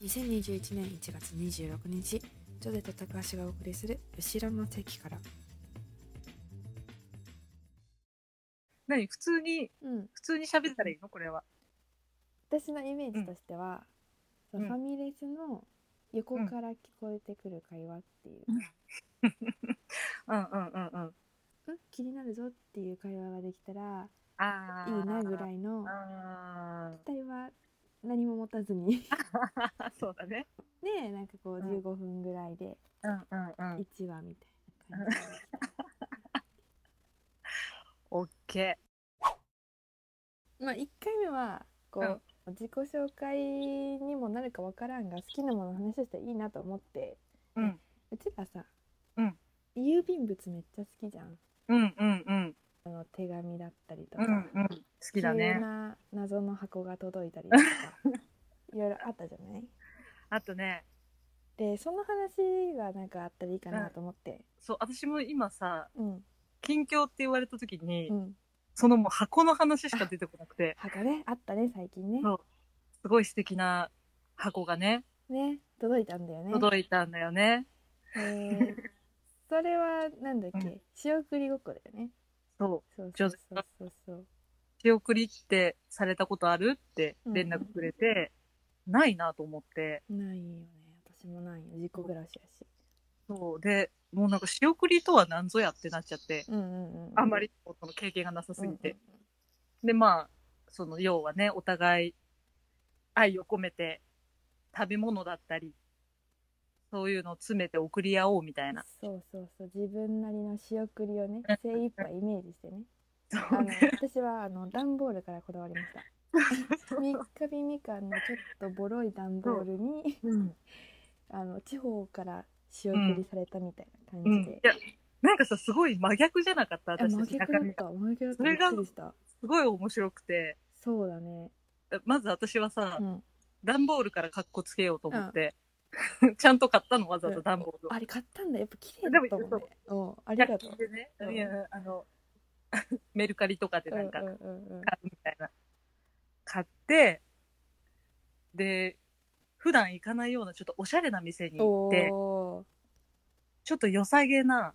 2021年1月26日ジョゼと高橋がお送りする「後ろの席から何普通に」うん普通に喋ったらいいのこれは私のイメージとしては、うんそのファミレスの横うんから聞こえてくる会話っていう、うんうんうんううんん、気になるぞっていう会話ができたらあいいなぐらいいのあ期待は何も持たず にー そうだねでなんかこううん15分ぐらいでうんうんうん1話みたいな感じで、オッケまあ1回目はこう、自己紹介にもなるかわからんが好きなものの話をしたらいいなと思って、ーうんうちらさ、うん郵便物めっちゃ好きじゃんうんうんうんあの手紙だったりとうか、んうん好きだ急ねな謎の箱が届いたり とかいろいろあったじゃないあとねでその話がなんかあったらいいかなと思って、そう私も今さうん近況って言われた時に、うん、そのもう箱の話しか出てこなくて箱ねあったね最近ねそうすごい素敵な箱がねね届いたんだよね、届いたんだよねえーそれはなんだっけ、うん仕送りごっこだよねそうそうそ上う手そうそうそう仕送りってされたことあるって連絡くれて、ないなと思ってないよね私もないよ実家暮らしやしそうでもうなんか仕送りとは何ぞやってなっちゃって、うんうんうんあんまりその経験がなさすぎて、でまあその要はねお互い愛を込めて食べ物だったりそういうのを詰めて送り合おうみたいなそうそうそう自分なりの仕送りをね精一杯イメージしてねあそうのね私はあの段ボールからこだわりました 三日日みかんのちょっとボロい段ボールにうんあの地方から仕送りされたみたいな感うじん、で、いやなんかさすごい真逆じゃなかったえ私真たち逆だ中っ身がた真逆だったそれがびっくりしたすごい面白くてそうだねまず私はさ、うん段ボールからカッコつけようと思って、 ちゃんと買ったのわざわざ段ボールを。あれ買ったんだやっぱ綺麗だったもんねうんありがとう100均でね、うんいやあの メルカリとかでなんかう買んうんうんうんうみたいな、買ってで普段行かないようなちょっとおしゃれな店に行っておちょっと良さげな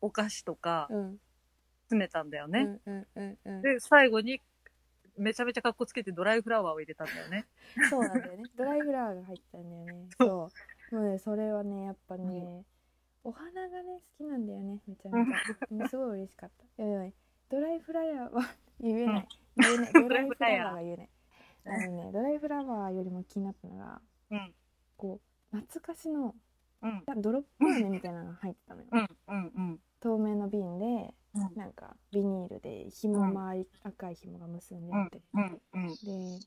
お菓子とかーうん詰めたんだよね、うんうんうんうんで最後にめちゃめちゃかっこつけてドライフラワーを入れたんだよねそうなんだよね。 ドライフラワーが入ったんだよね。そう。もうね、それはね、やっぱね、お花がね、好きなんだよね、めちゃめちゃ。うんすごい嬉しかった。やばい。ドライフラワーは言えない。言えない。ドライフラワーが言えない。あのね、ドライフラワーよりも気になったのが、うんこう、懐かしのうんなんかドロップ飴みたいなのが入ってたのよ。うんうんうん透明の瓶で、うんなんかビニールで紐周り、赤い紐が結んであって、うんうんで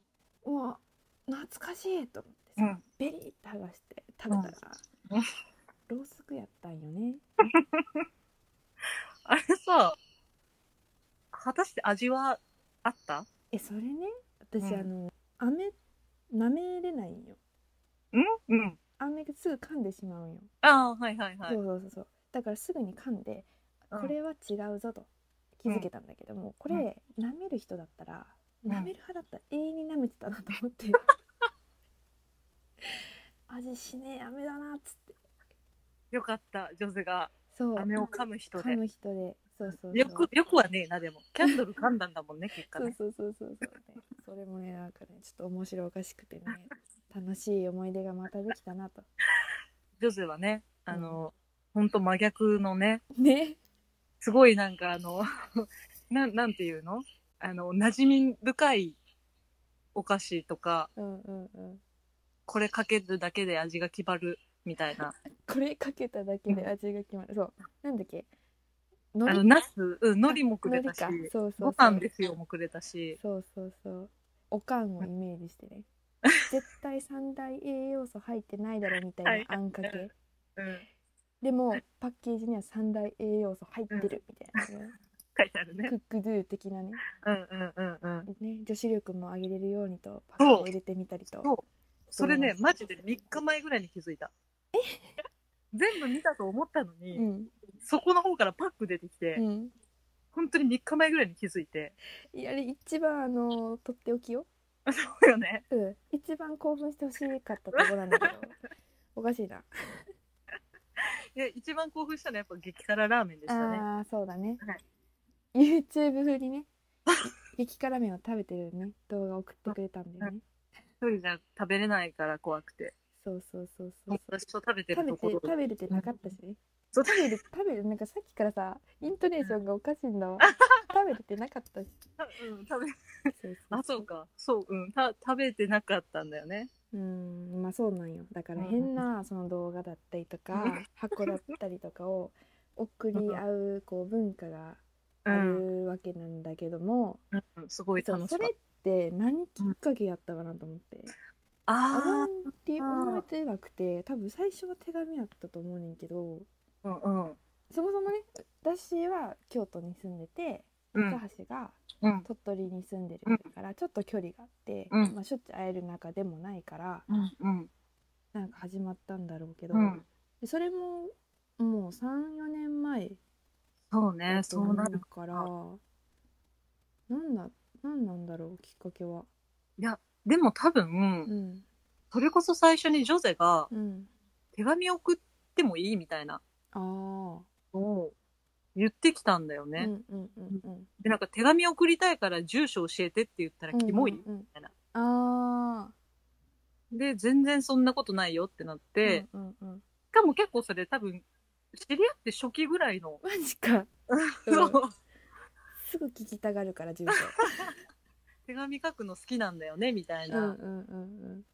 うわ懐かしいと思ってうさ、んベリーって剥がして食べたら、うんうんロースクやったんよねあれさ、果たして味はあったえそれね私、うんあの飴舐めれないんよんうん。飴がすぐ噛んでしまうんよ、ああ、はいはいはいそ。うそうそうそうだからすぐに噛んでうんこれは違うぞと気づけたんだけども、これ舐める人だったらうん舐める派だったら永遠に舐めてたなと思って 味しねえ飴だなっつってよかった、ジョゼがそう飴を噛む人噛で。む人でそうそうそうよく、よくはねえな、でも。キャンドル噛んだんだもんね、結果そうね。そうそうそうそう、ね、それもねなんかねちょっと面白おかしくてね楽しい思い出がまたできたなとジョゼはね、あの、ほんと真逆のね、ねすごいなんかあの、 なん、なんていうのあの、馴染み深いお菓子とか、うんうんうんこれかけるだけで味が決まるみたいな。これかけただけで味が決まるそうなんだっけのあの、りナス、うん、海苔もくれたし、海苔かそうそごうそう飯ですよもくれたし。そうそうそうおかんをイメージして ね絶対三大栄養素入ってないだろみたいなあんかけうんでもパッケージには三大栄養素入ってるみたいなね、書いてあるねク。ックドゥ的なねうんうんうんうん。ね女子力も上げれるようにとパッケを入れてみたりとそうそれね、マジで3日前ぐらいに気づいた。 全部見たと思ったのに、うんそこの方からパック出てきて、うん本当に3日前ぐらいに気づいて、いやあれ一番あのとっておきよそうよ ね。うん、一番興奮してほしかったところなん だけどおかしいな、いや、一番興奮したのはやっぱ激辛ラーメンでしたね。ああそうだね、は YouTube 風にね 激辛麺を食べてるね動画送ってくれたんだよね一人じゃ食べれないから怖くて。そうそうそうそう友達と食べてる食べとてころ食べれてなかったしねそう食べる食べるなんかさっきからさイントネーションがおかしいんだわ食べれてなかったしうん、食べ、そう あ、そうか。そう、うん。た食べてなかったんだよね。うんまあそうなんよだからうん変なその動画だったりとかうん箱だったりとか を送り合うこう文化があうん。るわけなんだけども、うんすごいそ楽うしかそったれ。って何きっかけやったかなと思って、あらんあって思えてなくて多分最初は手紙やったと思うねんけどあ、うんうん。そもそもね私は京都に住んでてうん。高橋がうん。鳥取に住んでるからちょっと距離があって、うんまあ、しょっちゅう会える仲でもないからうん。うん。なんか始まったんだろうけど、うん。でそれももう34年前そうね、とそうなる。からなんだなんなんだろうきっかけは。いや、でも多う分、んそれこそ最初にジョゼがうん、手紙送ってもいいみたいなああ、のを言ってきたんだよね。うんうんうんうんで、なんか手紙送りたいから住所教えてって言ったらうんキモい。うんうんたいなああで、全然そんなことないよってなって、うんうんうん、しかも結構それ多分、知り合って初期ぐらいの、マジかうんそうすぐ聞きたがるから住手紙書くの好きなんだよね、みた い所うな。んうんうんうん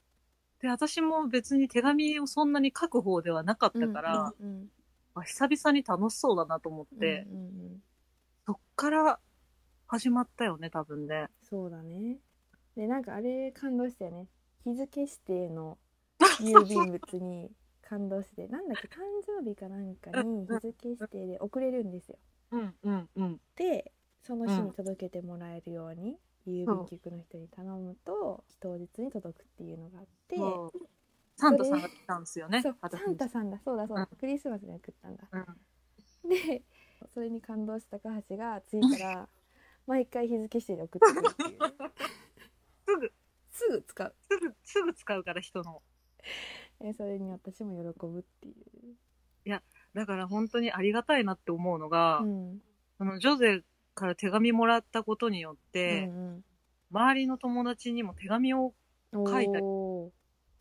で、私も別に手紙をそんなに書く方ではなかったから、うんうんあ久々に楽しそうだなと思うっん、て、うんうんうん、そっから始まったよね、多分ね。そうだねでなんかあれ感動したよね日付指定 の郵便物に感動してなんだっけ誕生日かなんかに日付指定で送れるんですようんうんうん。でその日うにん届けてもらえるように、郵便局の人に頼むと当日に届くっていうのがあって、そうサンタさんが来たんですよねそう、サ私ンタさんだそうだそうだ、うクリスマスに送ったんだうん。でそれに感動した高橋が着いたら毎回日付指定で送ってくるっていう すぐ、すぐ使うすぐ、すぐ使うから人の。えそれに私も喜ぶっていう。だから本当にありがたいなって思うのが、うんそのジョゼから手紙もらったことによっうて、ん周りの友達にも手紙を、うん、書いたりお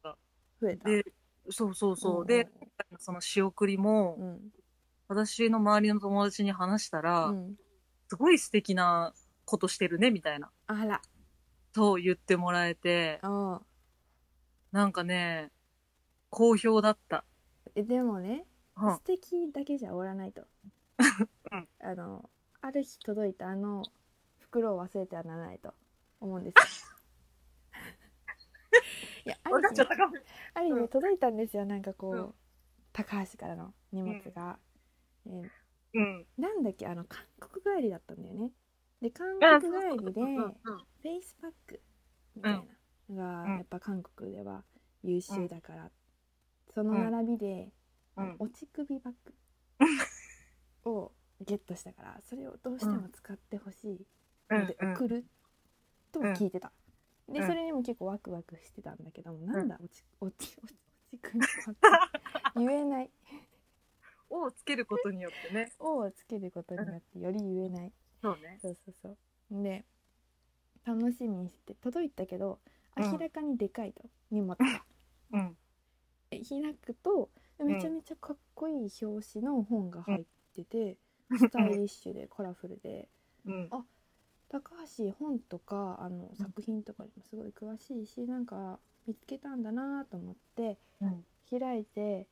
ーか増えた。で、そうそうそう。うんで、今回のその仕送りも、うん私の周りの友達に話したら、うん、すごい素敵なことしてるね、みたいな。あらと言ってもらえて、あなんかね、好評だった。ーえでもね、うん素敵だけじゃ終わらないとうん。あのある日届いたあの袋を忘れてはならないと思うんです よ。いやある日ねたかも。ある意うん味届いたんですよなんかこう、うん高橋からの荷物が。えーうん。なんだっけあの韓国帰りだったんだよね。で韓あ国帰りでうんうんフェイスパックみたいなのうがんやっぱ韓国では優秀だから、その並びで、うんあのお乳首バッ グをゲットしたからそれをどうしても使ってほしいのでうんうん送ると聞いてた。でうんそれにも結構ワクワクしてたんだけども、なんだおちおちおちおち首バッグ言えないをつけることによってね。 「お」をつけることによってより言えないそうね。そうそうそうで楽しみにして届いたけどうん明らかにでかいと、荷物がうん。え開くとめちゃめちゃかっこいい表紙の本が入ってて、スタイリッシュでカラフルでうん。高橋本とかあの作品とかにもすごい詳しいしなんか見つけたんだなと思ってうん。開いて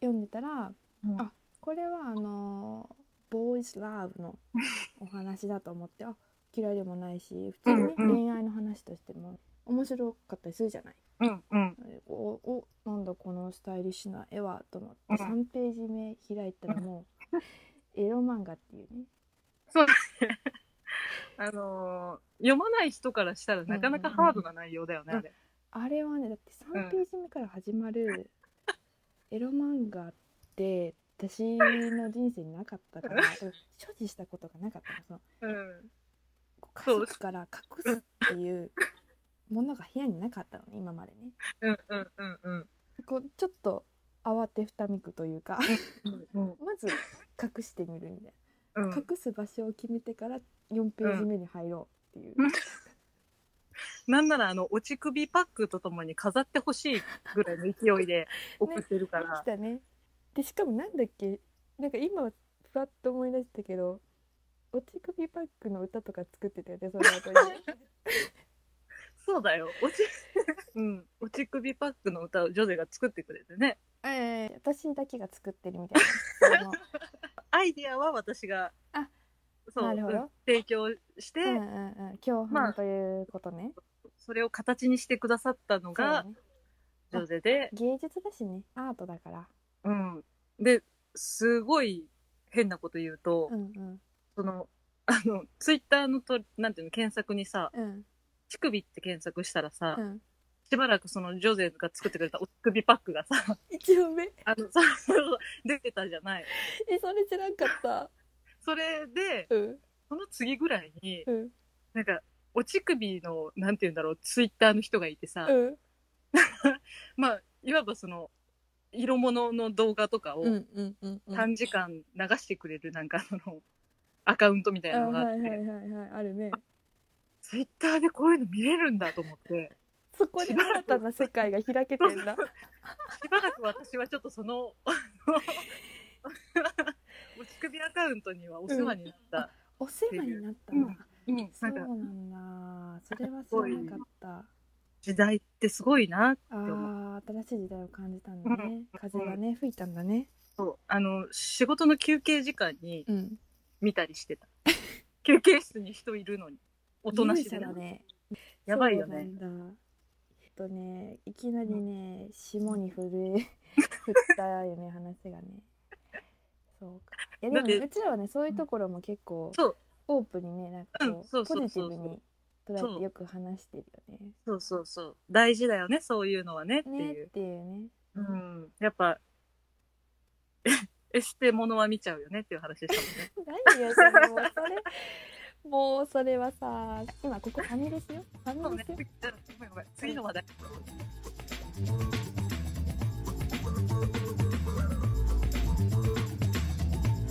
読んでたらうんあこれはあのボーイズラブのお話だと思ってあ嫌いでもないし普通に、ねうんうん恋愛の話としても面白かったりするじゃない。うん。うん。おおなんだこのスタイリッシュな絵はと思ってうん3ページ目開いたらも うエロ漫画っていうねそう。あのー、読まない人からしたらなかなかハードな内容だよね、うんあうんれ。あれはねだって3ページ目から始まるエロ漫画って私の人生になかったから所持したことがなかったのそのうん。こう家族から隠すっていうものが部屋になかったのね今までねうんうんうんうんこうちょっと慌てふためくというかうんまず隠してみるみたいうんな隠す場所を決めてから4ページ目に入ろうっていう、うんなんならあの落ち首パックとともに飾ってほしいぐらいの勢 いで送ってるから、来たねでしかもなんだっけなんか今ふわっと思い出したけど落ち首パックの歌とか作ってたよねその後 にそうだよ落ち, 、 うん、落ち首パックの歌をジョゼが作ってくれてねええ私だけが作ってるみたい なそのアイディアは私があそうなるほどうん提供して、うんうんうん共まあ犯ということね、それを形にしてくださったそのうだがねジョゼで、芸術だしねアートだからうん、ですごい変なこと言うと、うんうんその あのツイッターのとなんていうの検索にさうん「乳首」って検索したらさ、うんしばらくそのジョゼが作ってくれたお乳首パックがさ一応目あの、 そうそうそう、出てたじゃない。えそれ知らんかったそれで、うんその次ぐらいに、うんなんか、お乳首の、なんて言うんだろう、ツイッターの人がいてさ、うんまあ、いわばその、色物の動画とかをうんうんうんうん短時間流してくれる、なんかその、アカウントみたいあなのがあっはて、いはいはいはいあるねツイッターでこういうの見れるんだと思って、そこに新たな世界が開けてんだしばらく私はちょっとその、あのお乳首アカウントにはお世話になった。お世話になったうんなうん、そなうんか、なんだそれは知らなかった時代ってすごいなあー新しい時代を感じたんだね風がね吹いたんだねそうあの仕事の休憩時間にうん見たりしてた休憩室に人いるのにおとなしい勇者だねやばいよねそうなんだえっとねいきなりね霜に 震え振ったよね話がねそうかいやでもねだうちらはねそういうところも結構そうオープンにねなんかこうんそううポそジうテそィうそブうに捉えてよく話してるよねそうそうそう大事だよねそういうのはねってねいう、っていうねうん、やっぱ エステものは見ちゃうよねっていう話でしたもんね 何よそれもうそれもうそれはさ今ここファミレスよファそう ミレねスよごめんごめん次の話題